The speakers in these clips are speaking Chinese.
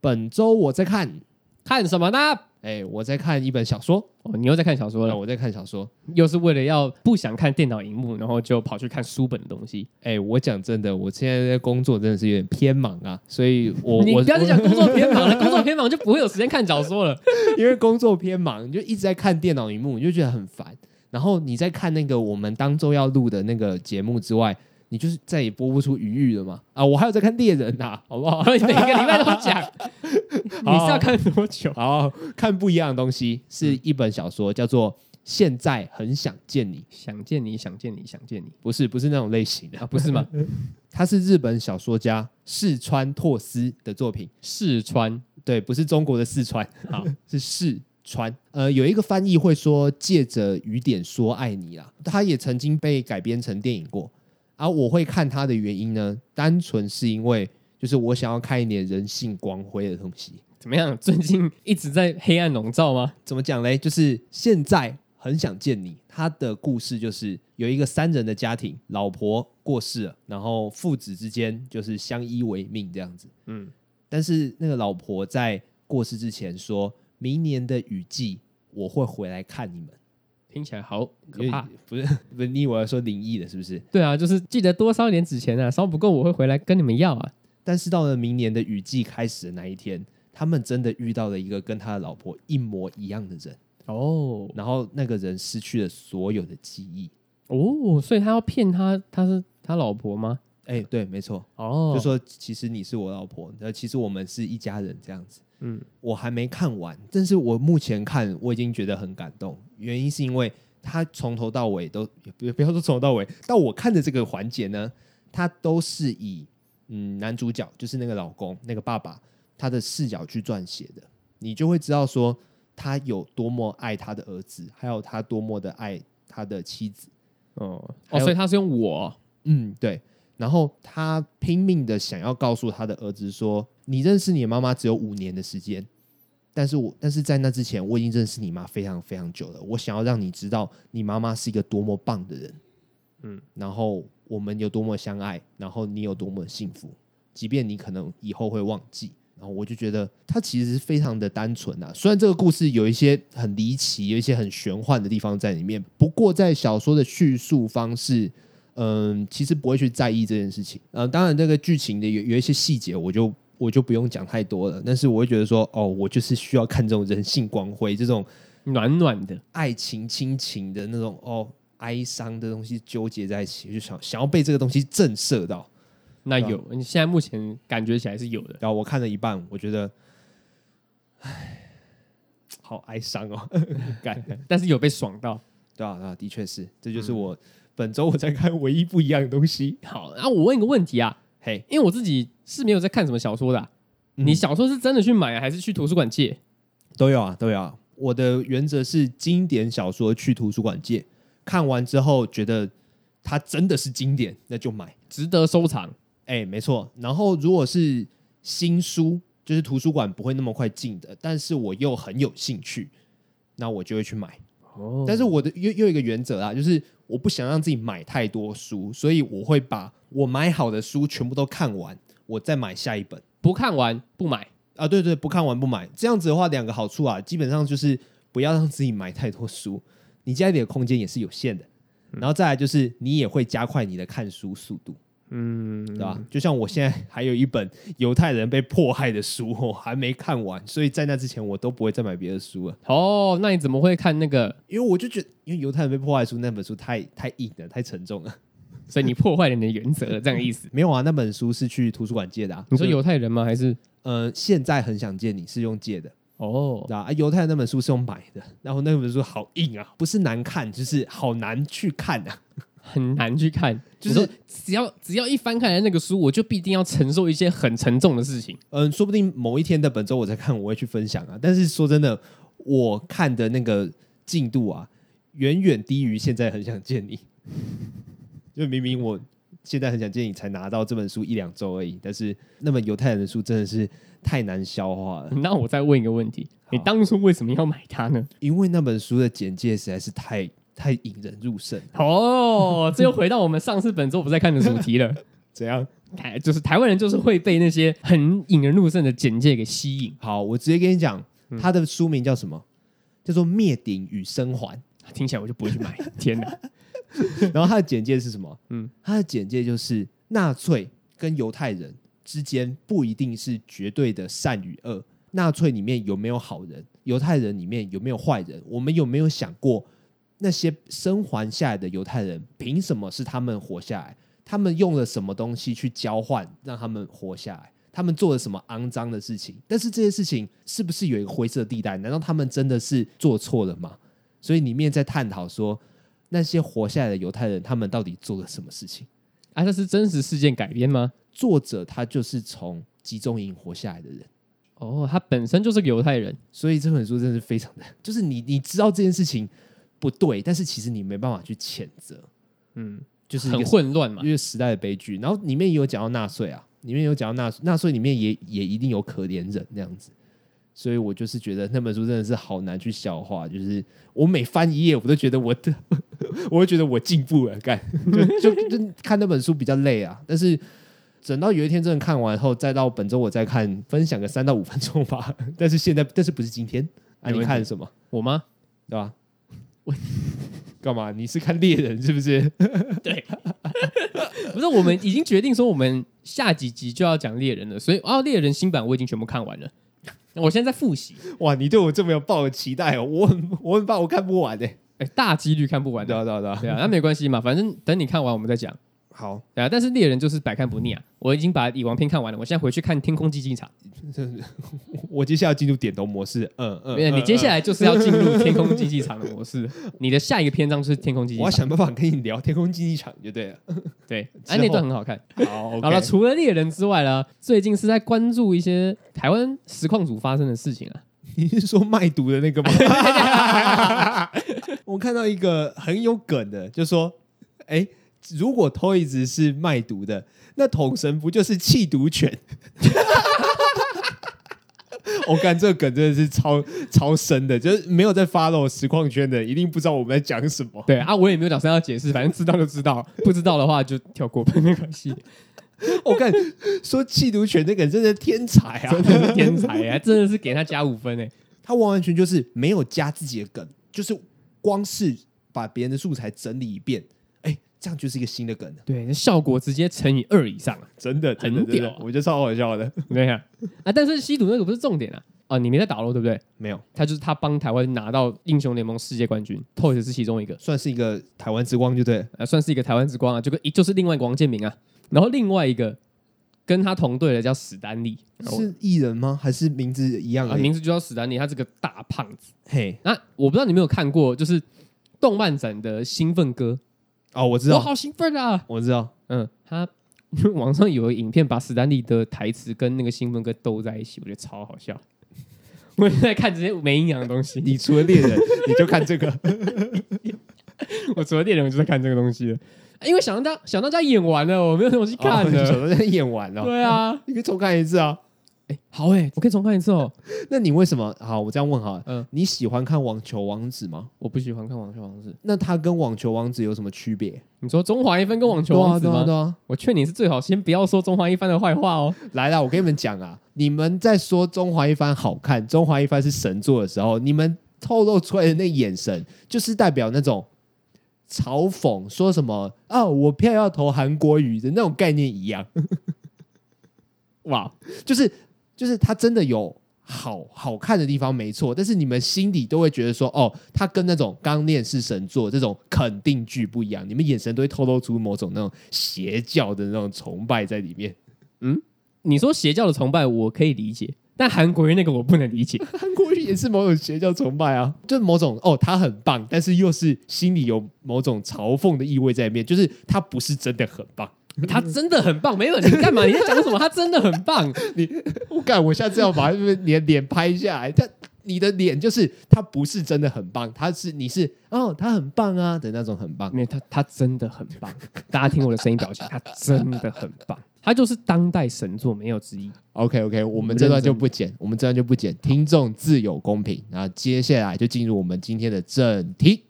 本周我在看，看什么呢？哎，我在看一本小说，哦，你又在看小说那了，我在看小说。又是为了要不想看电脑荧幕，然后就跑去看书本的东西。哎，我讲真的，我现在在工作真的是有点偏忙啊，所以我你我不要再讲工作偏忙了，工作偏忙就不会有时间看小说 了。因为工作偏忙，你就一直在看电脑荧幕，你就觉得很烦。然后你在看那个我们当周要录的那个节目之外，你就是再也播不出余裕了嘛。啊，我还有在看猎人啊呐、好不好？你每个礼拜都 讲，你是要看多久？好，看不一样的东西，是一本小说，叫做《现在很想见你》，想见你，想见你，想见你不是不是那种类型的，啊，不是吗？它是日本小说家四川拓司的作品。试穿对，不是中国的四川，好，是四川。呃，有一个翻译会说借着雨点说爱你啦，它也曾经被改编成电影过。啊，我会看它的原因呢，单纯是因为就是我想要看一点人性光辉的东西。怎么样？最近一直在黑暗笼罩吗？怎么讲嘞？就是现在很想见你。他的故事就是有一个三人的家庭，老婆过世了，然后父子之间就是相依为命这样子。嗯，但是那个老婆在过世之前说，明年的雨季我会回来看你们。听起来好可因为怕。不是不是，你以为我要说灵异的，是不是？对啊，就是记得多烧一点纸钱啊，烧不够我会回来跟你们要啊。但是到了明年的雨季开始的那一天，他们真的遇到了一个跟他的老婆一模一样的人，哦然后那个人失去了所有的记忆。哦，所以他要骗他，他是他老婆吗？哎、对，没错，哦，就说其实你是我老婆，呃，其实我们是一家人这样子。嗯，我还没看完，但是我目前看我已经觉得很感动，原因是因为他从头到尾都也不不要说从头到尾，到我看的这个环节呢，他都是以嗯男主角就是那个老公那个爸爸他的视角去撰写的，你就会知道说他有多么爱他的儿子，还有他多么的爱他的妻子。哦还哦，有所以他是用我嗯，对。然后他拼命的想要告诉他的儿子说：“你认识你的妈妈只有五年的时间，但是我但是在那之前，我已经认识你妈非常非常久了。我想要让你知道，你妈妈是一个多么棒的人，嗯嗯，然后我们有多么相爱，然后你有多么幸福，即便你可能以后会忘记。”然后我就觉得他其实非常的单纯啊，虽然这个故事有一些很离奇，有一些很玄幻的地方在里面，不过在小说的叙述方式嗯，其实不会去在意这件事情。嗯，当然这个剧情的有有一些细节，我就我就不用讲太多了。但是我会觉得说，哦，我就是需要看这种人性光辉，这种暖暖的，爱情、亲情的那种哦哀伤的东西纠结在一起，就想想要被这个东西震慑到。那对啊有，你现在目前感觉起来是有 的。然后我看了一半，我觉得，唉，好哀伤哦，感但是有被爽到。对啊，对啊，的确是，这就是我本周我在看唯一不一样的东西。好，那、我问一个问题啊，嘿，因为我自己是没有在看什么小说的啊、嗯你小说是真的去买、啊、还是去图书馆借？都有啊，都有啊。我的原则是经典小说去图书馆借，看完之后觉得它真的是经典，那就买。值得收藏？哎，没错。然后如果是新书，就是图书馆不会那么快进的，但是我又很有兴趣，那我就会去买。哦但是我的又又有一个原则啦，就是我不想让自己买太多书，所以我会把我买好的书全部都看完，我再买下一本。不看完不买。啊，对对，不看完不买。这样子的话，两个好处啊，基本上就是不要让自己买太多书，你家里的空间也是有限的。然后再来就是，你也会加快你的看书速度，嗯，对吧？就像我现在 还有一本犹太人被迫害的书，我还没看完，所以在那之前我都不会再买别的书了，哦，那你怎么会看那个？因为我就觉得，因为犹太人被迫害的书那本书太太硬了，太沉重了。 ？所以你破坏了你的原则了，这样的意思没有啊，那本书是去图书馆借的啊。 你说就，犹太人吗？还是呃，现在很想见你是用借的。哦？对啊，啊犹太那本书是用买的，然后那本书好硬啊，不是难看，就是好难去看啊。很难去看，就就是是只要只要一翻开来那个书，我就必定要承受一些很沉重的事情。嗯，说不定某一天的本周我再看，我会去分享啊。但是说真的，我看的那个进度啊，远远低于现在很想见你。就明明我现在很想见你，才拿到这本书一两周而已，但是那本犹太人的书真的是太难消化了，那我再问一个问题，好你当初为什么要买它呢？ 因为那本书的简介实在是太太引人入胜。 哦，这又回到我们上次本周不在看的主题了。怎样？台就是台湾人就是会被那些很引人入胜的简介给吸引，好，我直接跟你讲，他的书名叫什么？叫做《灭顶与生还》。听起来我就不会去买。天 哪，然后他的简介是什么？嗯嗯，他的简介就是纳粹跟犹太人之间不一定是绝对的善与恶，纳粹里面有没有好人，犹太人里面有没有坏人？我们有没有想过那些生还下来的犹太人，凭什么是他们活下来？他们用了什么东西去交换让他们活下来？他们做了什么肮脏的事情？但是这些事情是不是有一个灰色地带？难道他们真的是做错了吗？所以里面在探讨说，那些活下来的犹太人，他们到底做了什么事情？啊，这是真实事件改编吗？作者他就是从集中营活下来的人，哦，他本身就是个犹太人，所以这本书真的是非常的， 就是你你知道这件事情不对，但是其实你没办法去谴责，嗯，就是一很个混乱嘛因。为时代的悲剧。然后里面也有讲到纳粹啊，里面有讲到纳纳粹，里面也也一定有可怜人那样子。所以我就是觉得那本书真的是好难去消化，就是我每翻一页，我都觉得我的， 我会觉得我进步了，干就就就看那本书比较累啊。但是等到有一天真的看完后，再到本周我再看，分享个三到五分钟吧。 但是现在，但是不是今天啊？没问你题看什么？我 吗？对吧？ 干嘛？你是看猎人是不是？ 不是，我们已经决定说我们下几集就要讲猎人了，所以哦，猎人新版我已经全部看完了，我现在在复习，哇，你对我这么有抱有期待哦，我很我很怕我看不完欸呢、哎，大几率看不完对的。啊对啊对啊， 对啊，那没关系嘛，反正等你看完我们再讲。好，对啊，但是猎人就是百看不腻啊！我已经把蚁王篇看完了，我现在回去看《天空寂静场》我接下来进入点头模式，嗯嗯，没有，嗯你接嗯下来就是要进入《天空寂静场》的模式。你的下一个篇章就是《天空寂静我要》，场想办法跟你聊天空竞技场就对了。对，之哎、后那段很好看。 好好，OK 了，除了猎人之外呢，最近是在关注一些台湾实况组发生的事情啊。你是说卖毒的那 个吗？我看到一个很有梗的，就说，哎、如果 Toys 是卖毒的，那统神不就是弃毒犬？ 我看、这个梗真的是超超深的，就是没有在 follow 实况圈的，一定不知道我们在讲什么。对啊，我也没有打算要解释，反正知道就知道，不知道的话就跳过， 没关系。我看说弃毒犬那个人真的天才啊，真的是天才啊，真的是给他加五分哎、他完完全就是没有加自己的梗，就是光是把别人的素材整理一遍，哎、这样就是一个新的梗了，对，那效果直接乘以二以上啊。真的，真很的，真屌的啊，我觉得超好笑的。对呀、啊，但是吸毒那个不是重点啊。哦，你没在打喽，对不对？没有，他就是他帮台湾拿到英雄联盟世界冠军，Toys 是其中一个，算是一个台湾之光，就对了。呃，算是一个台湾之光啊，就跟就是另外一个王建民啊，然后另外一个跟他同队的叫史丹利，是艺人吗？还是名字一样啊，而已？名字就叫史丹利，他是个大胖子。嘿，那我不知道你有没有看过，就是动漫展的兴奋歌，哦，我知我道，好兴奋啊！我知道，嗯，他网上有个影片把史丹利的台词跟那个兴奋歌兜在一起，我觉得超好笑。 我在看这些没营养的东西，你除了猎 人，你就看这个。 我除了猎人，我就在看这个东西了。哎因为想到大想到家演完了，我没有东西看 哦了。小时候演完了，对啊，你可以重看一次啊。哎、好哎、我可以重看一次哦。那你为什么？好，我这样问好了。嗯你喜欢看网球王子吗？我不喜欢看《网球王子》，那他跟网球王子有什么区别？你说中华一番跟《网球王子》对啊对啊吗？对啊我劝你是最好先不要说中华一番的坏话哦。来啦，我跟你们讲啊，你们在说中华一番好看，中华一番是神作的时候，你们透露出来的那眼神，就是代表那种嘲讽，说什么啊，我票要投韩国瑜的那种概念一样， 哇，就是就是他真的有好好看的地方没错，但是你们心里都会觉得说，哦，他跟那种刚练是神作这种肯定句不一样，你们眼神都会透露出某种那种邪教的那种崇拜在里面。你说邪教的崇拜我可以理解，但韩国人那个我不能理解。韩国瑜也是某种邪教崇拜啊，就某种哦，他很棒，但是又是心里有某种嘲讽的意味在里面，就是他不是真的很棒。他真的很棒，没有你干嘛？你在讲什么？他真的很棒。 我干，我下次要把脸脸拍下来。他你的脸就是他不是真的很棒，他是你是哦，他很棒啊的那种很棒。没有他，他真的很棒。大家听我的声音表情，他真的很棒。他就是当代神作，没有之一。 OK OK，我们这段就不剪，我们这段就不剪，听众自有公平。那接下来就进入我们今天的正题。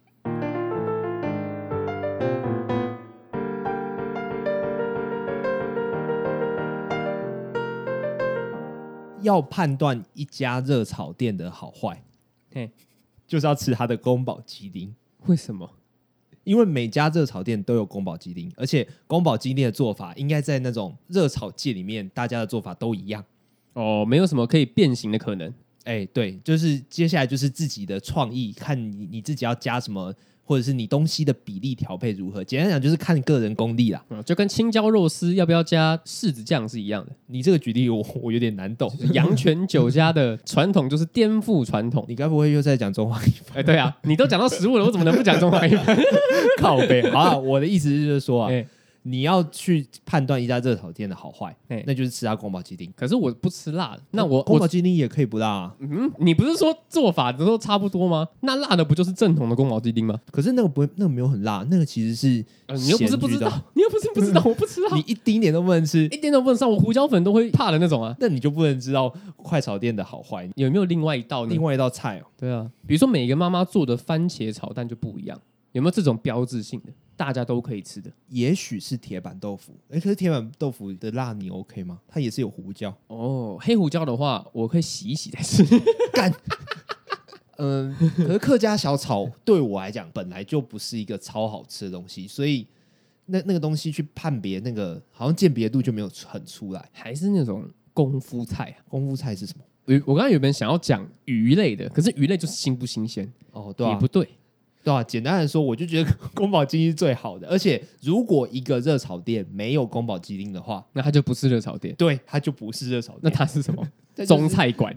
要判断一家热炒店的好坏嘿，就是要吃它的宫保鸡丁，为什么？因为每家热炒店都有宫保鸡丁，而且宫保鸡丁的做法应该在那种热炒界里面，大家的做法都一样。哦，没有什么可以变形的可能。哎、对，就是接下来就是自己的创意，看你你自己要加什么，或者是你东西的比例调配如何。简单讲就是看个人功力啦。嗯，就跟青椒肉丝要不要加柿子酱是一样的。你这个举例我我有点难懂，阳泉酒家的传统就是颠覆传 统。你该不会又在讲中华一番哎、对啊，你都讲到食物了，我怎么能不讲中华一番？ 靠背？好啊，我的意思就是说啊，哎你要去判断一家热炒店的好坏，哎那就是吃它宫保鸡丁。可是我不吃辣的，那我宫我保鸡丁也可以不辣、啊，嗯，你不是说做法都差不多吗？那辣的不就是正统的宫保鸡丁吗？可是那个不会，那个没有很辣，那个其实是、呃你又不是不知道，，你又不是不知道，我不吃辣 你，一丁点都不能吃，一点都不能上，我胡椒粉都会怕的那种啊。那你就不能知道快炒店的好坏。有没有另外一道呢另？外一道菜哦，对啊，比如说每个妈妈做的番茄炒蛋就不一样，有没有这种标志性的，大家都可以吃的？也许是铁板豆腐，哎、可是铁板豆腐的辣你 OK 吗？它也是有胡椒，哦，黑胡椒的话，我可以洗一洗再吃。 嗯，可是客家小炒对我来讲本来就不是一个超好吃的东西，所以那那个东西去判别那个好像鉴别度就没有很出来。还是那种功夫菜啊。功夫菜是什么？我我刚才原本想要讲鱼类的，可是鱼类就是新不新鲜，哦，对也啊不，对。对啊。简单来说，我就觉得宫保鸡丁是最好的。而且如果一个热炒店没有宫保鸡丁的话，那它就不是热炒店，对，它就不是热炒啊 那店。它是什么？那就是中菜 馆。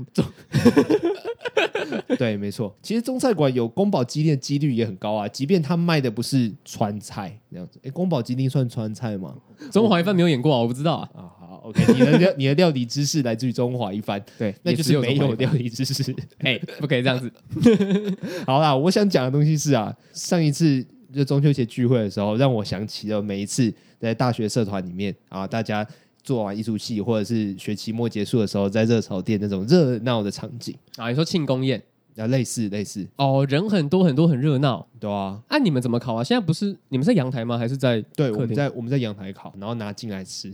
对，没错。其实中菜馆有宫保鸡丁的几率也很高啊，即便他卖的不是川菜那样子。哎，宫保鸡丁算川菜吗？中华一饭没有演过啊，我不知道啊。啊，好，OK，你的料你的料理知识来自于中华一番，对，那就是没有的。 料理知识。 哎，不可以这样子。好啦，我想讲的东西是啊，上一次就中秋节聚会的时候，让我想起了每一次在大学社团里面啊，大家做完艺术系或者是学期末结束的时候，在热潮店那种热闹的场景啊，你说庆功宴啊，类似类似，哦，人很多很多，很热闹。对啊，啊，你们怎么烤啊？现在不是你们在阳台吗？还是在对，客我们厅在我们在阳台烤，然后拿进来吃，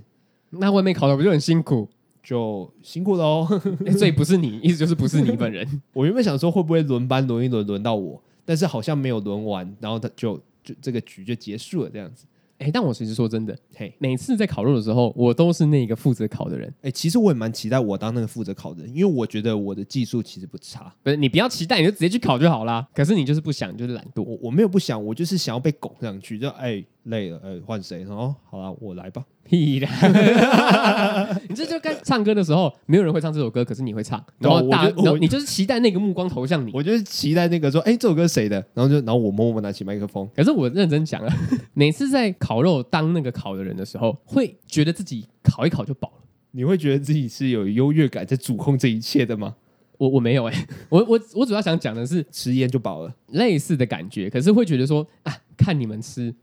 那外面烤的不就很辛 苦？就辛苦喽。哎所以不是你，意思就是不是你本人。 我原本想说会不会轮班轮一轮轮到我，但是好像没有轮完，然后他就就这个局就结束了这样子。 哎，但我其实说真的，嘿，每次在烤肉的时候，我都是那个负责烤的人。哎、其实我也蛮期待我当那个负责烤的人，因为我觉得我的技术其实不差，不是你不要期待，你就直接去考就好啦。可是你就是不想，就是懒惰。我我没有不想，我就是想要被拱上去，就哎、累了，哎、换谁？然后好啦，我来吧。屁啦！ 你这就跟唱歌的时候，没有人会唱这首歌，可是你会唱，对然啊后大，我就然后我你就是期待那个目光投向你。我就是期待那个说，哎、这首歌谁的？然后就然后我默默拿起麦克风，可是我认真讲啊，每次在烤肉当那个烤的人的时候，会觉得自己烤一烤就饱了。你会觉得自己是有优越感在主控这一切的吗？我我没有哎、 我我我主要想讲的是吃烟就饱了，类似的感觉，可是会觉得说啊，看你们吃，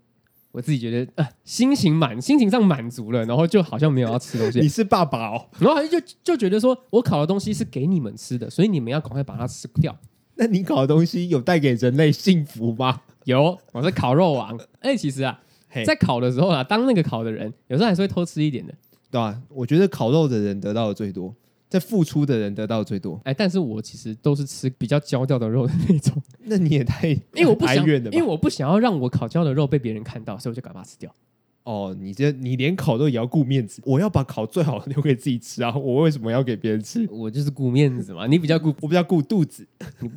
我自己觉得啊，心情满，心情上满足了，然后就好像没有要吃东西，你是爸爸哦？然后就就觉得说我烤的东西是给你们吃的，所以你们要赶快把它吃掉。那你烤的东西有带给人类幸福吗？有，我是烤肉王。哎、其实 啊嘿，在烤的时候啊，当那个烤的人，有时候还是会偷吃一点的。对吧、我觉得烤肉的人得到的最多，在付出的人得到的最多。哎、但是我其实都是吃比较焦掉的肉的那 种，那你也太因为我不哀想，怨了吧因为我不想要让我烤焦的肉被别人看到，所以我就赶快把它吃掉。哦，你这你连烤肉也要顾面子，我要把烤最好的留给自己吃啊， 我为什么要给别人吃？我就是顾面子嘛，你比较顾。我比较顾肚子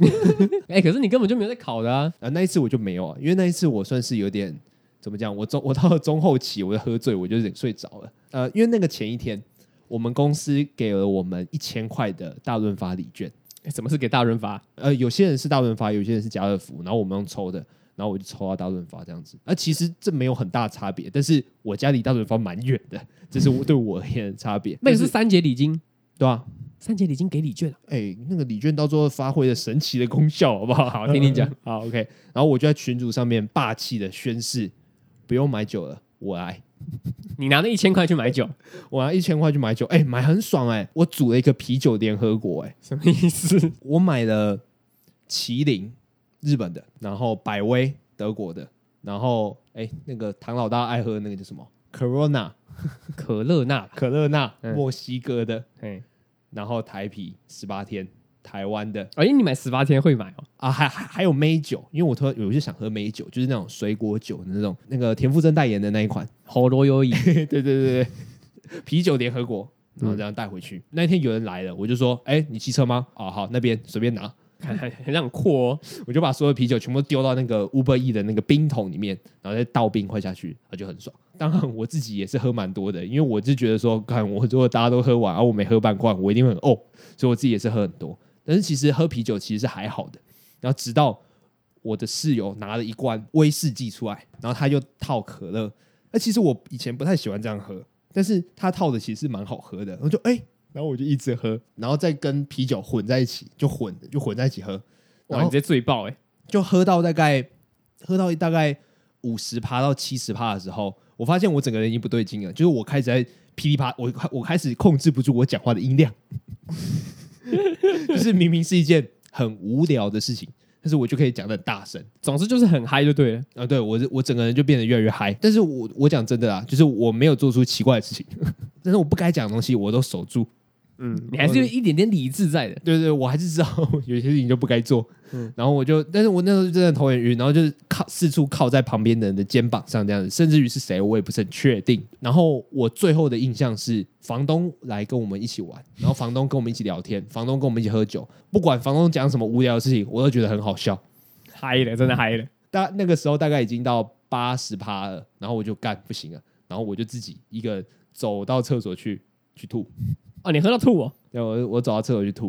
哎、可是你根本就没有在烤的啊。啊。那一次我就没有啊，因为那一次我算是有点怎么讲，我中我到了中后期，我就喝醉，我就有点睡着了。呃，因为那个前一天，我们公司给了我们一千块的大润发礼券。哎怎么是给大润发？呃，有些人是大润发，有些人是家乐福，然后我们用抽的，然后我就抽到大润发这样子。啊，其实这没有很大差别，但是我家离大润发蛮远的，这 是我对我而言的差别。那个是但三节礼金，对啊，三节礼金给礼券啊。哎、那个礼券到最后发挥了神奇的功效，好不 好？好听你讲。好，OK。然后 我就在群组上面霸气的宣誓，不用买酒了，我来，你拿那一千块去买酒，我拿一千块去买酒，哎、买很爽哎、我组了一个啤酒联合国哎、什么意思？我买了麒麟日本的，然后百威德国的，然后哎、那个唐老大爱喝的那个叫什么？Corona 可乐那吧，可乐那嗯墨西哥的，哎，然后台啤十八天，台湾的哎、你买十八天会买哦？啊，还还还有美酒，因为我突然有些想喝美酒，就是那种水果酒的那种，那个田馥甄代言的那一款，好多 优饮， 对对对嗯对， 啤酒联合国，然后这样带回去。那一天有人来了，我就说，哎、你骑车吗？哦，好，那边随便拿，看很很让阔哦。我就把所有啤酒全部丢到那个 Uber E 的那个冰桶里面，然后再倒冰块下去，啊，就很爽。当然，我自己也是喝蛮多的，因为我是觉得说，看我如果大家都喝完，而、我没喝半罐，我一定会很哦，所以我自己也是喝很多。但是其实喝啤酒其实是还好的。然后直到我的室友拿了一罐威士忌出来，然后他又套可乐。那其实我以前不太喜欢这样喝，但是他套的其实蛮好喝的。我就哎、然后我就一直喝，然后再跟啤酒混在一起，就混就混在一起喝。然哇，后你直接醉爆哎、就喝到大概喝到大概五十趴到七十趴的时候，我发现我整个人已经不对劲了，就是我开始在噼里啪，我我开始控制不住我讲话的音量， 就是明明是一件很无聊的事情，但是我就可以讲的很大声。总之就是很嗨就对了。啊，对我是我整个人就变得越来越嗨。但是我我讲真的啊，就是我没有做出奇怪的事情， 但是我不该讲的东西我都守住。嗯，你还是有一点点理智在的。对对，我还是知道有些事情就不该做。嗯然后我就，但是我那时候就真的头很晕，然后就是靠四处靠在旁边的人的肩膀上这样子，甚至于是谁我也不是很确定。然后我最后的印象是房东来跟我们一起玩，然后房东跟我们一起聊天，房东跟我们一起喝酒，不管房东讲什么无聊的事情，我都觉得很好笑。嗨了，真的嗨了。大那个时候大概已经到八十趴了，然后我就干不行了，然后我就自己一个人走到厕所去去吐。哦，你喝到吐哦，然后我我走到厕所去吐，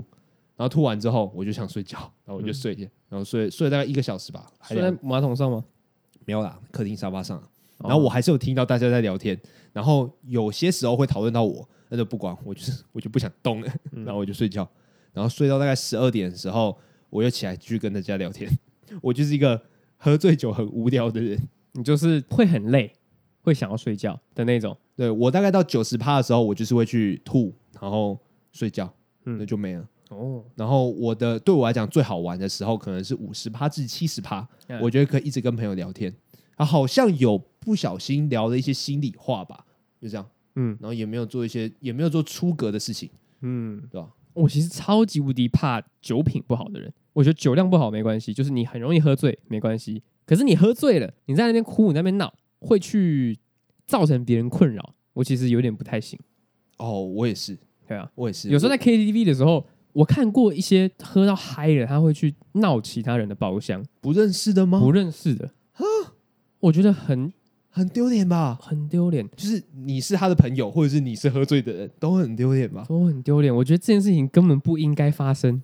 然后吐完之后我就想睡觉，然后我就睡一下，然后睡睡了大概一个小时吧，还睡在两马桶上吗？没有啦，客厅沙发上。哦然后我还是有听到大家在聊天，然后有些时候会讨论到我，那就不管我就是我就不想动了，然后我就睡觉，然后睡到大概十二点的时候，我又起来继续跟大家聊天。 我就是一个喝醉酒很无聊的人，你就是会很累，会想要睡觉的那种。对我大概到九十趴的时候，我就是会去吐，然后睡觉，那就没了。哦，然后我的对我来讲最好玩的时候，可能是五十趴至七十趴嗯，我觉得可以一直跟朋友聊天，啊，好像有不小心聊了一些心里话吧，就这样，嗯然后也没有做一些，也没有做出格的事情，嗯，对吧？我其实超级无敌怕酒品不好的人。我觉得酒量不好没关系，就是你很容易喝醉没关系。可是你喝醉了，你在那边哭，你在那边闹，会去造成别人困扰。我其实有点不太行，哦，我也是，对啊。我也是，有时候在 KTV 的时候，我看过一些喝到嗨了，他会去闹其他人的包厢，不认识的吗不？认识的。我觉得很很丢脸吧？很丢脸，就是你是他的朋友，或者是你是喝醉的人，都很丢脸吧？我很丢脸。我觉得这件事情根本不应该发生。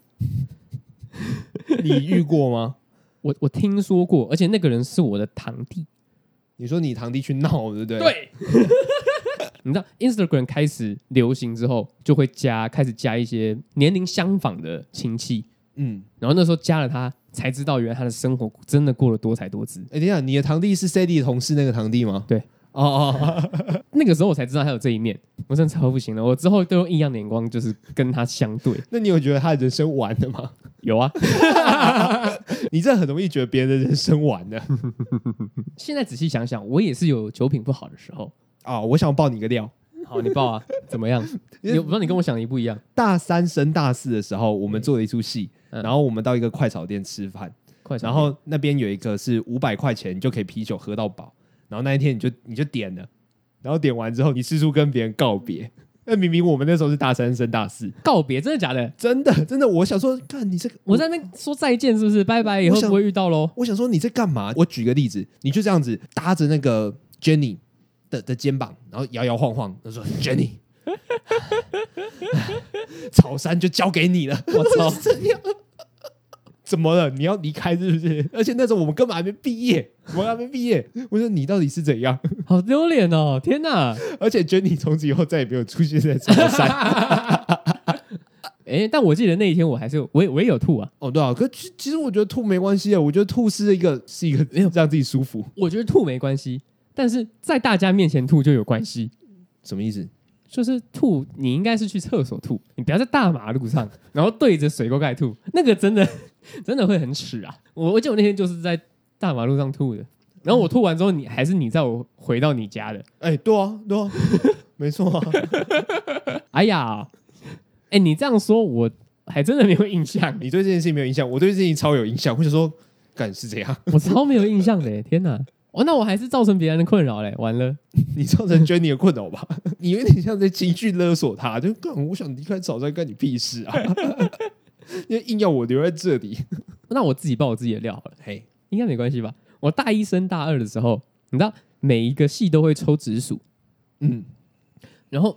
你遇过 吗？我我听说过，而且那个人是我的堂弟。你说你堂弟去闹，对不对？，对， 你知道 Instagram 开始流行之后，就会加开始加一些年龄相仿的亲戚，嗯，然后那时候加了他，才知道原来他的生活真的过得多彩多姿。哎，等一下，你的堂弟是 Sadie 同事那个堂弟吗？对，哦哦，哦那个时候我才知道他有这一面，我真的超不行了。我之后都用异样的眼光，就是跟他相对。 那你有觉得他的人生完了吗？有啊，你这很容易觉得别人的人生完了 现在仔细想想，我也是有酒品不好的时候。啊！我想爆你个料，好，你报 啊，怎么样？你我不知道你跟我想的一不一样。大三升大四的时候，我们做了一出戏，嗯然后我们到一个快炒店吃饭，快说，然后那边有一个是五百块钱你就可以啤酒喝到饱，然后那一天你就你就点了，然后点完之后你四处跟别人告别。那明明我们那时候是大三升大四，告别，真的假的？真的真的，我想说，看你这个，我在那边说再见，是不是？拜拜，以我后想不会遇到喽。我想说你在干嘛？我举个例子，你就这样子搭着那个 Jenny 的的肩膀，然后摇摇晃晃，他说 Jenny，草山就交给你了。我 操！怎么了？你要离开是不是？而且那时候我们根本还没毕业，我们还没毕业。我说你到底是怎样？好丢脸哦！天哪！而且 Jenny 从此以后再也没有出现在草山。 哎，但我记得那一天我还是有我也我也有吐啊。 哦，对啊，可其其实我觉得吐没关系啊，我觉得吐是一个是一个让自己舒服。我觉得吐没关系，但是在大家面前吐就有关系。什么意思？就是吐，你应该是去厕所吐，你不要在大马路上，然后对着水沟盖吐，那个真的 真的会很耻啊！我我记得我那天就是在大马路上吐的，然后我吐完之后，你还是你在我回到你家的，哎、对啊，对啊，没错啊。哎呀，哎，你这样说，我还真的没有印象，你对这件事情没有印象，我对这件事情超有印象。我就说，干是这样， 我超没有印象的耶，天哪！哦，那我还是造成别人的困扰嘞，完了。你造成 Jenny 的困扰吧？ 你有点像在情绪勒索他，就干我想离开早餐干你屁事啊！ 因为硬要我留在这里，那我自己爆我自己的料好了，嘿，应该没关系吧？我大一升大二的时候，你知道每一个系都会抽直属，嗯，然后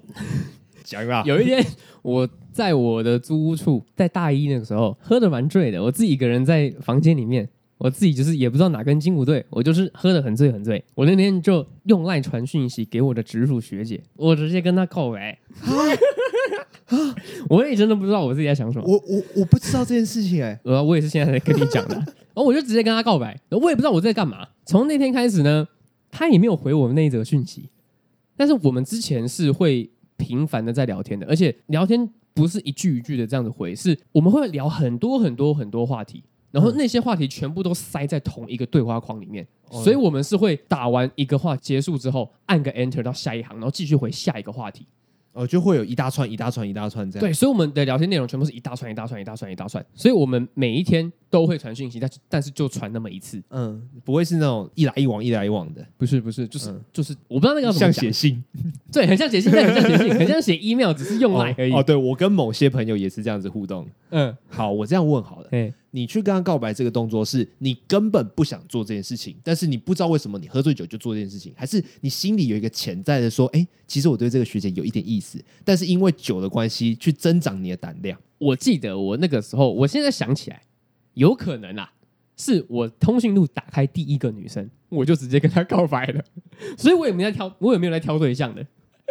讲啊啦，有一天，我在我的租屋处，在大一那个时候喝的蛮醉的，我自己一个人在房间里面，我自己就是也不知道哪根筋不对，我就是喝的很醉很醉。我那天就用赖传讯息给我的直属学姐，我直接跟她告白， 我也真的不知道我自己在想什么。我我我不知道这件事情哎、呃，我也是现在才跟你讲的，然后我就直接跟她告白，然后我也不知道我在干嘛。从那天开始呢，她也没有回我们那一则讯息，但是我们之前是会频繁的在聊天的，而且聊天不是一句一句的这样子回，是我们会聊很多很多很多话题，然后那些话题全部都塞在同一个对话框里面，哦所以我们是会打完一个话结束之后，按个 Enter 到下一行，然后继续回下一个话题。哦，就会有一大串一大串一大串这样，对，所以我们的聊天内容全部是一大串一大串一大串一大串，所以我们每一天都会传讯息，但是但是就传那么一次，嗯，不会是那种一来一往一来一往的，不是不是，就是、嗯就是我不知道那个要怎么像讲，写信对，很像写信，但很像写信，很像写 email，只是用哦来而已。哦，对我跟某些朋友也是这样子互动。嗯，好，我这样问好了，哎，你去跟他告白这个动作是你根本不想做这件事情，但是你不知道为什么你喝醉酒就做这件事情，还是你心里有一个潜在的说，哎、其实我对这个学姐有一点意思，但是因为酒的关系去增长你的胆 量。我记得我那个时候，我现在想起来，有可能啊，是我通讯录打开第一个女生，我就直接跟她告白了， 所以我也没在挑，我也没有在挑对象的。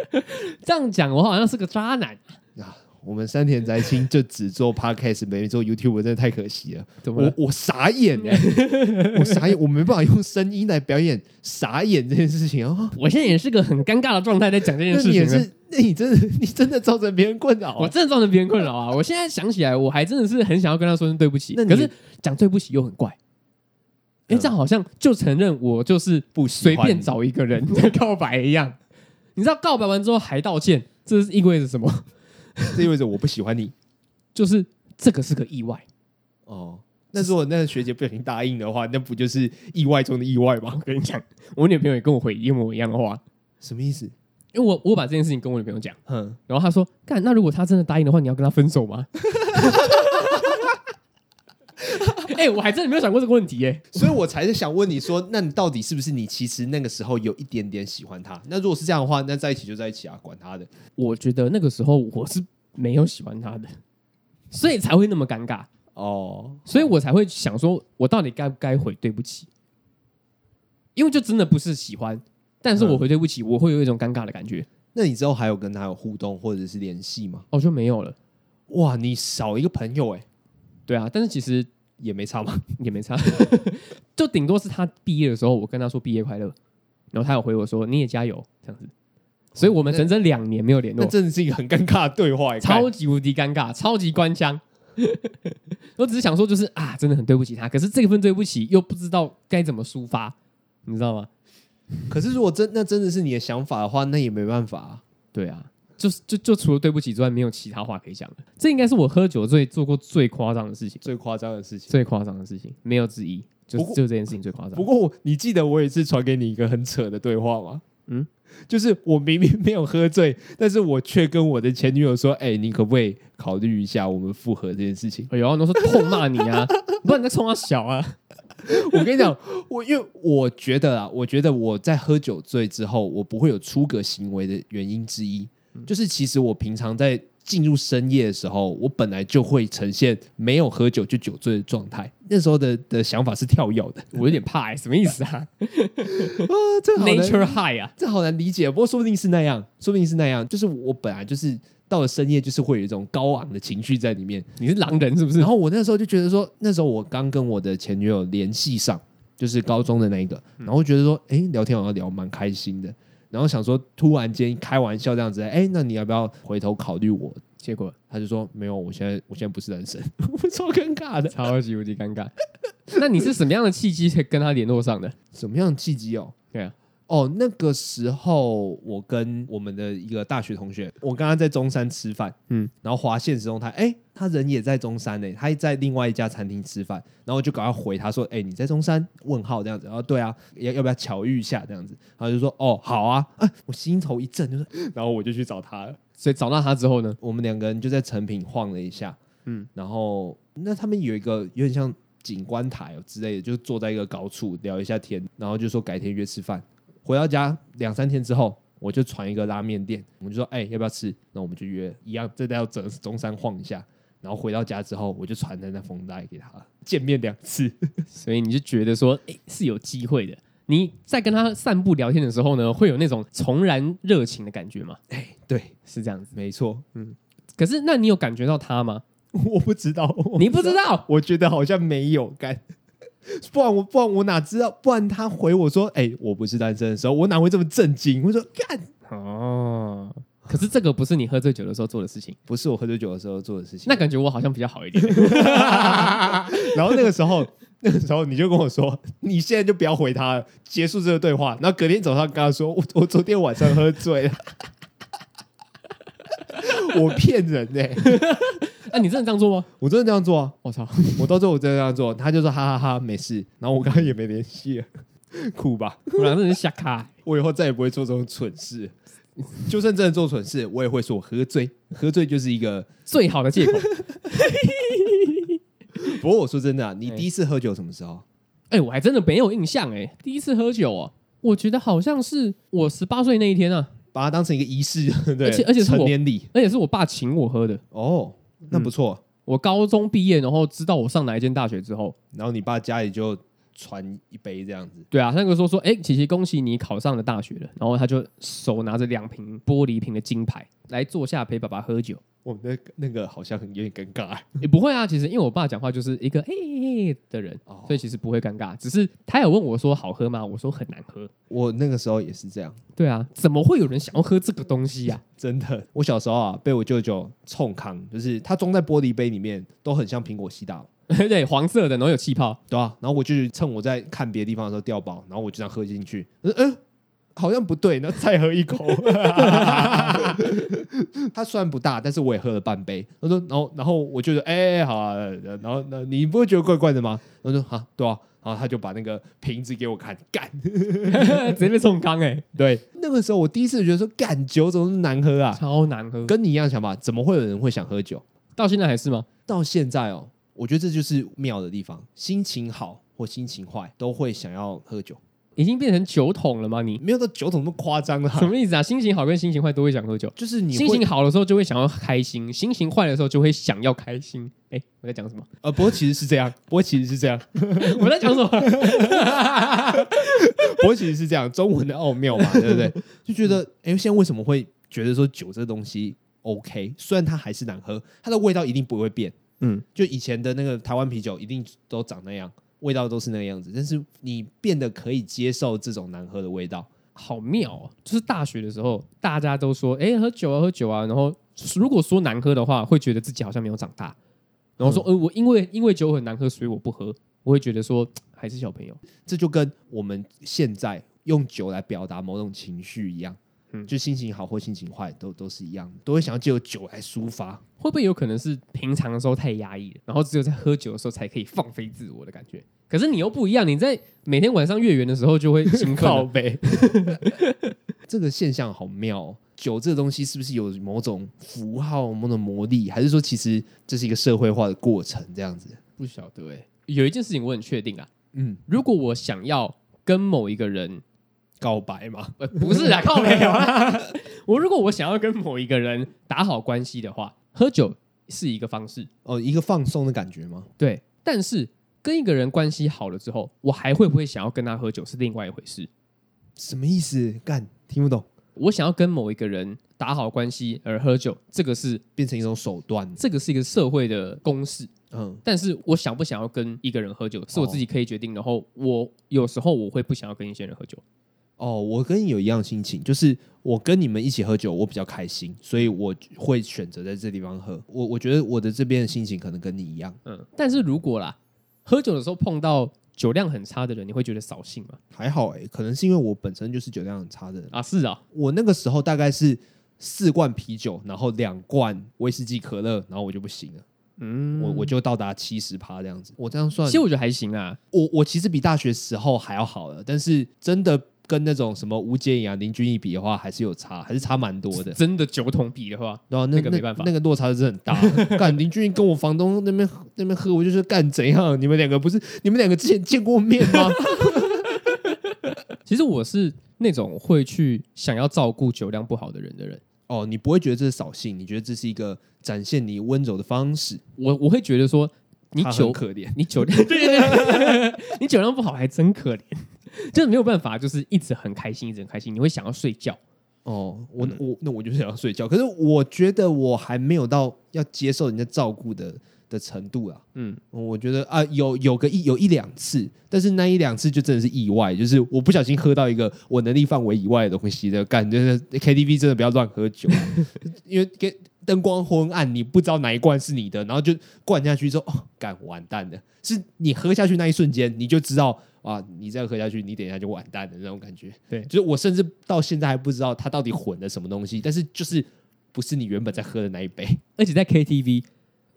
这样讲，我好像是个渣男，啊我们山田宅青就只做 podcast，没做 YouTube，真的太可惜了。怎么我了？我傻眼哎、 我傻眼，我没办法用声音来表演傻眼这件事情啊。我现在也是个很尴尬的状态，在讲这件那事你也情了。是，那你真的，你 真的造成别人困扰、我啊。真的造成别人困扰 啊！我现在想起来，我还真的是很想要跟他说声对不起，那你可是讲对不起又很怪，因为嗯这样好像就承认我就是不喜随欢 便找一个人在告白一 样。你知道告白完之后还道歉，这是意味着什么？ 这意味着我不喜欢你就是这个是个意外。哦。那如果那个学姐不小心答应的话，那不就是意外中的意外吗哦我？跟你讲，我女朋友也跟我回一模一样的话，什么意思？因为我我把这件事情跟我女朋友讲，嗯，然后她说：“干，那如果她真的答应的话，你要跟她分手 吗？”哎、我还真的没有想过这个问题耶、所以我才是想问你说，那你到底是不是你其实那个时候有一点点喜欢他？那如果是这样的话，那在一起就在一起啊，管他的。我觉得那个时候我是没有喜欢他的， 所以才会那么尴尬，哦，所以我才会想说，我到底该不该回对不起？因为就真的不是喜欢，但是我回对不起，我会有一种尴尬的感觉，那你之后还有跟他有互动或者是联系吗？哦，就没有了。哇，你少一个朋友哎、对啊，但是其实也没差嘛。也没差， 就顶多是他毕业的时候，我跟他说毕业快乐，然后他有回我说你也加油这样子，所以我们整整两年没有联那络，真的是一个很尴尬的对话、欸，超级无敌尴尬，超级官腔。 我只是想说，就是啊，真的很对不起他，可是这份对不起又不知道该怎么抒发，你知道吗？可是如果真那真的是你的想法的话，那也没办法、啊。对啊，就是就就除了对不起之外，没有其他话可以讲了。这应该是我喝酒醉做过最夸张的事情，最夸张的事情。最夸张的事情，没有之一，就不过就这件事情最夸张不。过我你记得我有一次传给你一个很扯的对话吗？嗯嗯，就是我明明没有喝醉，但是我却跟我的前女友说：“哎、你可不可以考虑一下我们复合这件事情 哎呦，那时候痛骂你啊，不然你在冲他小啊。？”我跟你讲，我因为我觉得啊，我觉得我在喝酒醉之后，我不会有出格行为的原因之一，就是其实我平常在进入深夜的时候，我本来就会呈现没有喝酒就酒醉的状态。那时候的的想法是跳跃的，我有点怕、欸，什么意思啊 啊，这个好难？Nature High 啊，这好难理解，不过说不定是那样，说不定是那样。就是我本来就是到了深夜，就是会有一种高昂的情绪在里面。你是狼人是不是然？后我那时候就觉得说，那时候我刚跟我的前女友联系上，就是高中的那一个，然后觉得说，哎，聊天好像聊蛮开心的。然后想说，突然间开玩笑这样子，哎，那你要不要回头考虑我？结果他就说没有，我现在我现在不是单身，我 超尴尬的。超级无敌尴尬。那你是什么样的契机才跟他联络上的？什么样的契机哦？对啊，哦，那个时候我跟我们的一个大学同学，我刚刚在中山吃饭，嗯嗯，然后划线时动态，哎、他人也在中山呢、欸他在另外一家餐厅吃饭，然后我就赶快回他说，哎、你在中山？问号这样子，然后对啊，要要不要巧遇一下这样子？然后就说，哦，好啊，啊，我心头一震，就是， 然后我就去找他了。所以找到他之后呢，我们两个人就在成品晃了一下，嗯嗯，然后那他们有一个有点像景观台哦之类的，就坐在一个高处聊一下天，然后就说改天约吃饭。回到家两三天之后，我就传一个拉面店，我们就说哎、要不要吃？那我们就约一样，再到整中山晃一下。然后回到家之后，我就传了那封拉给他，见面两 次。所以你就觉得说，哎、是有机会的。你在跟他散步聊天的时候呢，会有那种重燃热情的感觉吗？对，哎是这样子。嗯没错，可是，那你有感觉到他吗？ 我不知道，我 你不知道，我觉得好像没有干， 不然我不然我哪知道？不然他回我说：“哎、我不是单身”的时候，我哪会这么震惊？我说：“干，哦。可是这个不是你喝醉酒的时候做的事情，不是我喝醉酒的时候做的事情。那感觉我好像比较好一点。” 然后那个时候， 那个时候你就跟我说：“你现在就不要回他了，结束这个对话。”然后隔天早上跟他说：“我我昨天晚上喝醉了。” 我骗人呢、那、啊你真的这样做吗？我真的这样做啊！我操！我到最后我真的这样做，他就说哈哈哈没事，然后我刚刚也没联系了， 酷吧？我俩真的是瞎咖。我以后再也不会做这种蠢事。就算真的做蠢事，我也会说我喝醉。喝醉就是一个，最好的借口。不过我说真的、啊，你哎第一次喝酒什么时候？哎、我还真的没有印象哎、第一次喝酒哦、我觉得好像是我十八岁那一天啊，把它当成一个仪式， 对，而且而且是我嗯成年礼而且是我爸请我喝的。哦，那不错。我高中毕业，然后知道我上哪一间大学之后，然后你爸家里就传一杯这样子，对啊，那个时候说，哎、琪琪，恭喜你考上了大学了。然后他就手拿着两瓶玻璃瓶的金牌来坐下陪爸爸喝 酒。我那个那个好像很有点尴尬、也、不会啊，其实因为我爸讲话就是一个哎、欸的人，哦所以其实不会尴尬。只是他有问我说好喝吗？我说很难喝。我那个时候也是这样，对啊，怎么会有人想要喝这个东西啊呀、真的。我小时候啊，被我舅舅冲康，就是他装在玻璃杯里面，都很像苹果西打。 对，黄色的，然后有气泡。 对啊，然后我就是趁我在看别的地方的时候掉包，然后我就这样喝进去，嗯嗯，好像不对，那再喝一口。 它虽然不大，但是我也喝了半杯。他说，然后然后我就说，哎、好、啊，然后那你不会觉得怪怪的吗？他说，啊，对啊。然后他就把那个瓶子给我看，干， 直接被冲缸哎、对，那个时候我第一次觉得说，干酒怎么那么难喝啊？ 超难喝。跟你一样想法，怎么会有人会想喝酒？到现在还是吗？到现在哦，我觉得这就是妙的地方，心情好或心情坏都会想要喝酒。已经变成酒桶了吗？ 你没有到酒桶那么夸张什啦，么意思啊？心情好跟心情坏都会想喝酒。就是你心会情好的时候就会想要开心，心情坏的时候就会想要开心。哎、我在讲什么？ 呃，不过其实是这样， 不过其实是这样，我在讲什么？ 不过其实是这样，中文的奥妙 嘛，对不对？就觉得哎、诶现在为什么会觉得说酒这东西 OK？虽然它还是难喝，它的味道一定不会变。嗯，就以前的那个台湾啤酒一定都长那样，味道都是那个样子，但是你变得可以接受这种难喝的味道。好妙哦！就是大学的时候，大家都说，哎、喝酒啊，喝酒啊。然后如果说难喝的话，会觉得自己好像没有长大。然后嗯说，呃，我因为因为酒很难喝，所以我不喝。我会觉得说还是小朋友。这就跟我们现在用酒来表达某种情绪一样，嗯就心情好或心情坏都都是一样的，都会想要借由酒来抒发。会不会有可能是平常的时候太压抑了，然后只有在喝酒的时候才可以放飞自我的感觉？可是你又不一样，你在每天晚上月圆的时候就会兴奋啊 了，背，这个现象好妙、哦。酒这个东西是不是有某种符号、某种魔力，还是说其实这是一个社会化的过程？这样子，不晓得哎、有一件事情我很确定啊，嗯，如果我想要跟某一个人， 告白嘛，呃、不是啊，靠没有啊，我如果我想要跟某一个人打好关系的话，喝酒是一个方式，哦，一个放松的感觉吗？对。但是跟一个人关系好了之后，我还会不会想要跟他喝酒是另外一回事。什么意思？干，听不懂，我想要跟某一个人打好关系而喝酒，这个是变成一种手段。这个是一个社会的公式，嗯，但是我想不想要跟一个人喝酒，是我自己可以决定。然后我有时候我会不想要跟一些人喝酒，哦，我跟你有一样心情，就是我跟你们一起喝酒，我比较开心，所以我会选择在这地方喝。我我觉得我的这边的心情可能跟你一样。嗯，但是如果啦，喝酒的时候碰到酒量很差的人，你会觉得扫兴吗？还好哎、可能是因为我本身就是酒量很差的人。啊，是啊，我那个时候大概是四罐啤酒，然后两罐威士忌可乐，然后我就不行了，嗯，我我就到达七十趴这样子。我这样算其，实我觉得还行啊，我我其实比大学时候还要好了，但是真的跟那种什么吴建颖啊、林俊逸比的话，还是有差，还是差蛮多的。真的酒桶比的话，然后那那个没办法那个落差是很大。 干林俊逸跟我房东那边那边喝，我就说干怎样？你们两个不是你们两个之前见过面 吗？其实我是那种会去想要照顾酒量不好的人的人，哦，你不会觉得这是扫兴，你觉得这是一个展现你温柔的方式。我我会觉得说你他很酒可怜，你酒量对对对， 你酒量不好还真可怜，就是没有办法，就是一直很开心，一直很开心，你会想要睡觉。哦，我、我那我就是想要睡觉，可是我觉得我还没有到要接受人家照顾的的程度啊。嗯，我觉得啊，有有个一有一两次，但是那一两次就真的是意外，就是我不小心喝到一个我能力范围以外的东西的感觉。真的 KTV 真的不要乱喝酒， 因为给灯光昏暗，你不知道哪一罐是你的，然后就灌下去之后，哦，干完蛋了。是你喝下去那一瞬间，你就知道啊，你再喝下去，你等一下就完蛋的那种感觉。对就是我甚至到现在还不知道它到底混了什么东西，但是就是不是你原本在喝的那一杯。而且在 KTV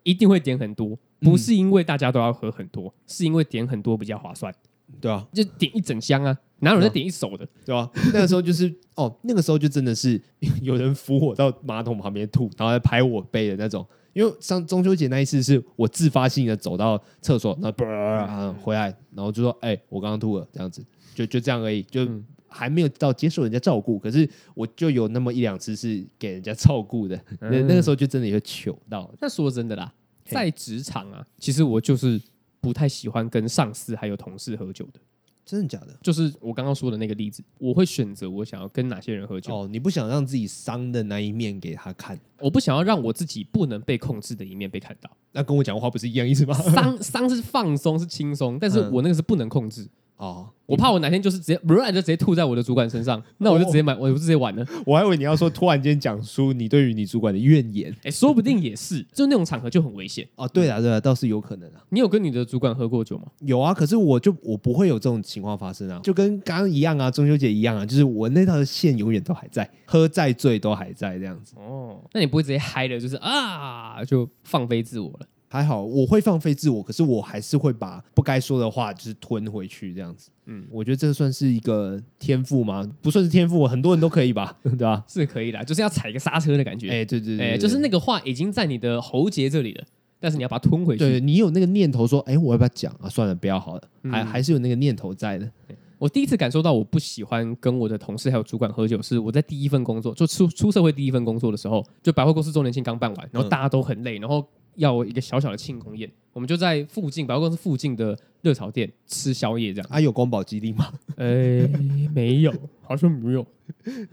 一定会点很多，不是因为大家都要喝很多，是因为点很多比较划算，对啊，就点一整箱啊，哪有哦人在点一手的？对啊吧、那个时候就是哦，那个时候就真的是有人扶我到马桶旁边吐，然后来拍我背的那种。因为上中秋节那一次是我自发性的走到厕所，那叭、啊、回来，然后就说：“哎、我刚刚吐了。”这样子，就就这样而已，就嗯还没有到接受人家照顾。可是我就有那么一两次是给人家照顾的，那、嗯那个时候就真的有糗到。那说真的啦，嘿在职场啊，其实我就是不太喜欢跟上司还有同事喝酒的。真的假的？就是我刚刚说的那个例子，我会选择我想要跟哪些人喝酒，哦，你不想让自己伤的那一面给他看，我不想要让我自己不能被控制的一面被看到。 那跟我讲话不是一样意思吗？丧丧是放松是轻松，但是嗯我那个是不能控制。 哦，我怕我哪天就是直接，不然就直接吐在我的主管身上，那我就直接买，我就直接完了。我还以为你要说突然间讲出你对于你主管的怨言哎，说不定也是，就那种场合就很危险。哦，对啊，对啊，倒是有可能啊，你有跟你的主管喝过酒吗？有啊，可是我就我不会有这种情况发生啊，就跟刚刚一样啊，中秋节一样啊，就是我那条线永远都还在，喝再醉都还在这样子，哦，那你不会直接嗨的，就是啊，就放飞自我了。还好我会放飞自我，可是我还是会把不该说的话就是吞回去这样子，嗯嗯，我觉得这算是一个天赋吗？不算是天赋，很多人都可以吧， 对吧、是可以的，就是要踩一个刹车的感觉。哎、对对对哎，对就是那个话已经在你的喉结这里了，但是你要把它吞回去。对你有那个念头说，哎、我要不要讲啊？算了，不要好了，还嗯还是有那个念头在的。我第一次感受到我不喜欢跟我的同事还有主管喝酒，是我在第一份工作，就出出社会第一份工作的时候，就百货公司周年庆刚办完，然嗯。后大家都很累，然后要一个小小的庆功宴，我们就在附近百货公司附近的热炒店吃宵夜，这样啊，有宫保鸡丁吗？ 哎，没有，好像没有。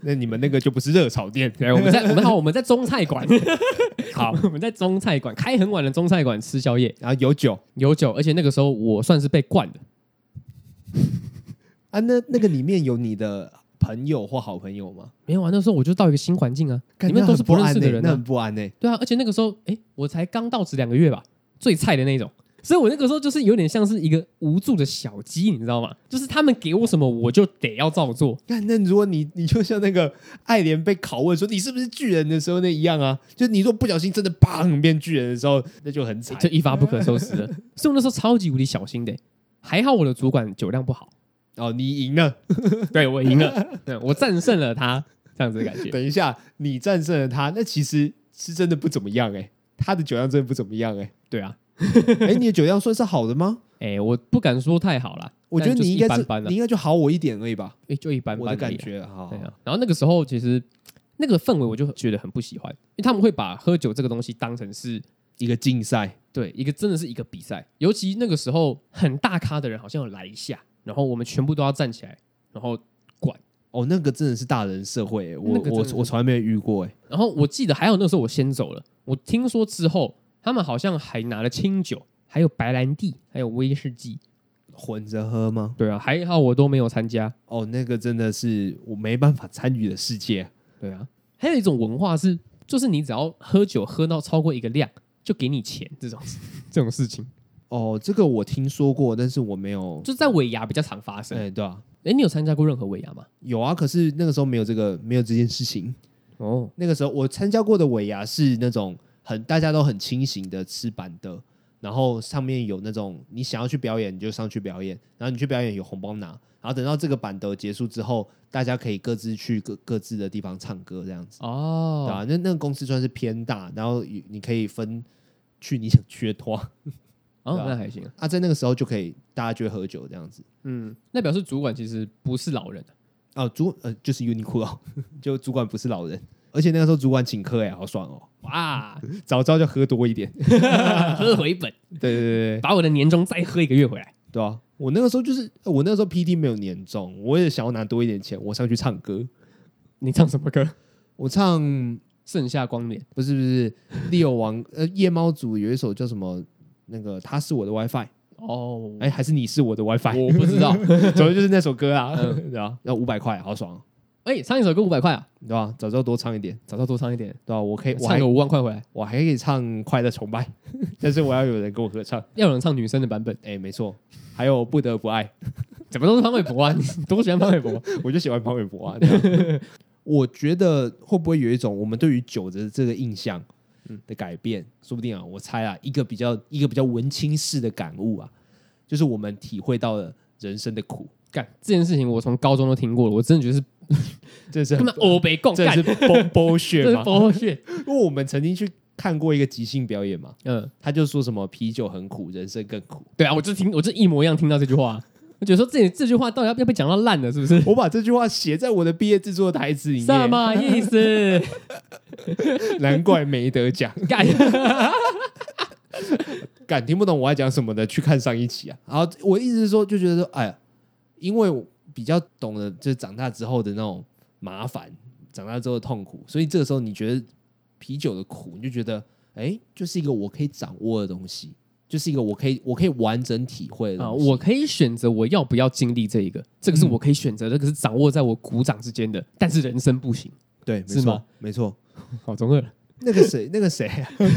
那你们那个就不是热炒 店，对，我们在我们好，我们在中菜馆，好，我们在中菜馆开很晚的中菜馆吃宵夜，然后啊有酒有酒，而且那个时候我算是被灌的，啊，那那个里面有你的朋友或好朋友吗？没有啊，那时候我就到一个新环境啊，感里觉面都是不认识的人、那啊，很不安欸呢、对啊，而且那个时候，哎，我才刚到职两个月吧，最菜的那种，所以我那个时候就是有点像是一个无助的小鸡，你知道吗？就是他们给我什么，我就得要照做。那那如果你你就像那个爱莲被拷问说你是不是巨人的时候那一样啊，就你如果不小心真的砰变巨人的时候，那就很惨。就一发不可收拾了，所以我那时候超级无敌小心的、还好我的主管酒量不好，哦，你赢了。对我赢了，对我战胜了他，这样子的感觉。等一下，你战胜了他，那其实是真的不怎么样哎、他的酒量真的不怎么样哎、对啊，哎、你的酒量算是好的 吗？哎、我不敢说太好啦，我觉得但就是你应该一是般般了、你应该就好我一点而已吧，哎就一般般我而已的啊感觉哈对。啊，然后那个时候其实那个氛围我就觉得很不喜欢，因为他们会把喝酒这个东西当成是一个竞赛，对，一个真的是一个比赛，尤其那个时候很大咖的人好像有来一下，然后我们全部都要站起来，然后哦，那个真的是大人社会欸、我那个真我的是我从来没有遇过哎、然后我记得还有那时候我先走了，我听说之后他们好像还拿了清酒，还有白兰地，还有威士忌，混着喝吗？对啊，还好我都没有参加，哦，那个真的是我没办法参与的世界。对啊，还有一种文化是， 就是你只要喝酒喝到超过一个量，就给你钱这种这种事情，哦，这个我听说过，但是我没有。就在尾牙比较常发生。哎、哎，对啊，你有参加过任何尾牙吗？有啊，可是那个时候没有这个，没有这件事情。哦，那个时候我参加过的尾牙是那种很大家都很清醒的吃板的，然后上面有那种你想要去表演你就上去表演，然后你去表演有红包拿，然后等到这个板德结束之后，大家可以各自去各各自的地方唱歌这样子，哦，对啊，那那个公司算是偏大，然后你你可以分去你想去的拖哦，对啊那还行啊。啊，在那个时候就可以大家就会喝酒这样子。 嗯，那表示主管其实不是老人。啊哦，主呃就是 Uniqlo，就主管不是老人，而且那个时候主管请客哎、好爽哦！哇， 早知道就喝多一点。 喝回本，对对对对，把我的年终再喝一个月回来。对啊，我那个时候就是呃我那个时候 P D 没有年终，我也想要拿多一点钱，我上去唱歌，你唱什么歌？我唱盛夏光年。不是不 是利友王呃夜猫组有一首叫什么那个他是我的 WiFi，哦，哎、还是你是我的 WiFi，我不知 道。 总之就是那首歌啊，嗯对啊，要五百块，好爽啊，哎、唱一首歌五百块啊，对吧、早知道多唱一点，早知道多唱一点，对吧、我可以我唱还个五万块回来。我还可以唱《快乐崇拜》， 但是我要有人跟我合唱，要有人唱女生的版本，哎、没错，还有不得不爱。怎么都是潘玮柏啊？你多喜欢潘玮柏？我就喜欢潘玮柏啊。这样 我觉得会不会有一种我们对于酒的这个印象的改变？说不定啊，我猜啊，一个比较一个比较文青式的感悟啊，就是我们体会到了人生的苦，干这件事情，我从高中都听过了，我真的觉得是这是根本欧北共这干是，崩剥削 这是嘛？剥削。因为我们曾经去看过一个即兴表演嘛，嗯，他就说什么啤酒很苦，人生更 苦。对啊，我就听，我就一模一样听到这句话、我觉得说这这句话到底要要被讲到烂了，是不是？我把这句话写在我的毕业制作的台词里什面， 么意思？难怪没得奖。干， 敢听不懂我在讲什么的，去看上一期啊。然后我意思是说，就觉得说，哎呀，因为我比较懂得就是长大之后的那种麻烦，长大之后的痛苦，所以这个时候你觉得啤酒的苦，你就觉得，哎，就是一个我可以掌握的东西，就是一个我可以我可以完整体会的啊，东西。我可以选择我要不要经历这一个，这个是我可以选择的，这个是掌握在我鼓掌之间的，但是人生不行。对，没是吗错，没错。好中二了，那个谁，那个谁，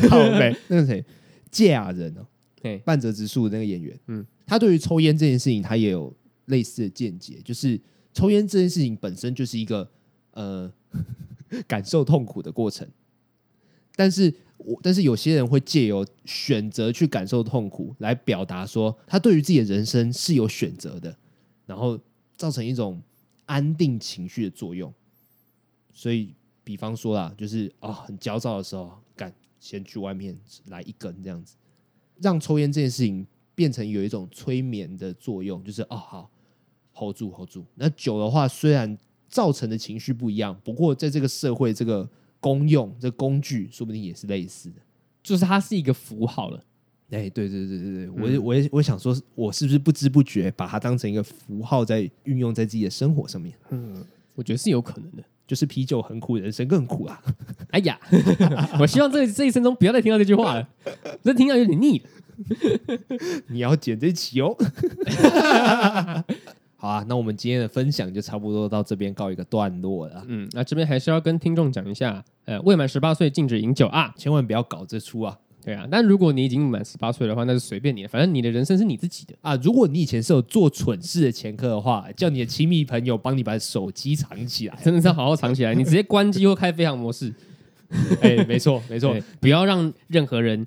靠背，那个谁，芥雅人哦，嘿半泽直树的那个演员，嗯嗯，他对于抽烟这件事情，他也有类似的见解，就是抽烟这件事情本身就是一个呃 感受痛苦的过程，但是我但是有些人会借由选择去感受痛苦，来表达说他对于自己的人生是有选择的，然后造成一种安定情绪的作用，所以比方说啦，就是啊、很焦躁的时候，敢先去外面来一根这样子，让抽烟这件事情变成有一种催眠的作用，就是哦好，hold 住 hold 住。那酒的话，虽然造成的情绪不一样，不过在这个社会这个功用这工具，说不定也是类似的。就是它是一个符号了。哎、对对对对对，我也我也我想说，我是不是不知不觉把它当成一个符号，在运用在自己的生活上面？我觉得是有可能的。就是啤酒很苦，人生更苦啊！哎呀， 我希望这这一生中不要再听到这句话了，这听到有点腻了。你要剪这期哦。 好啊，那我们今天的分享就差不多到这边告一个段落了，嗯，那这边还是要跟听众讲一下，呃，未满十八岁禁止饮酒啊。千万不要搞这出啊！对啊，但如果你已经满十八岁的话，那就随便你了，反正你的人生是你自己的。啊，如果你以前是有做蠢事的前科的话，叫你的亲密朋友帮你把手机藏起来。真的是要好好藏起来，你直接关机或开飞行模式， 哎、没 错，没错对，，不要让任何人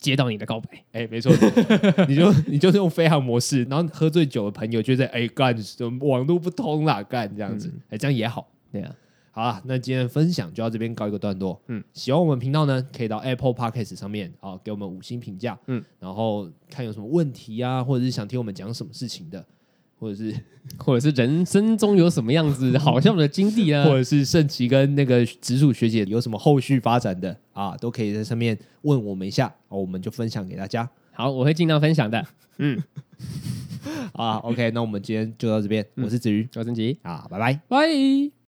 接到你的告白。哎、没错， 你就你就是用飞行模式，然后喝醉酒的朋友就在哎干，网络不通啦，干这样子，哎、这样也好。对啊，好啦，那今天的分享就到这边告一个段落。嗯嗯，喜欢我们频道呢，可以到 Apple Podcast 上面啊、给我们五星评价。嗯嗯，然后看有什么问题啊，或者是想听我们讲什么事情的，或者 是、或者是人生中有什么样子好笑的经历啊或？者是圣奇跟那个直属学姐有什么后续发展的啊，都可以在上面问我们一下，啊我们就分享给大家。好，我会尽量分享的。啊，OK，那我们今天就到这边，我是子瑜我是郑吉，啊，拜拜。拜。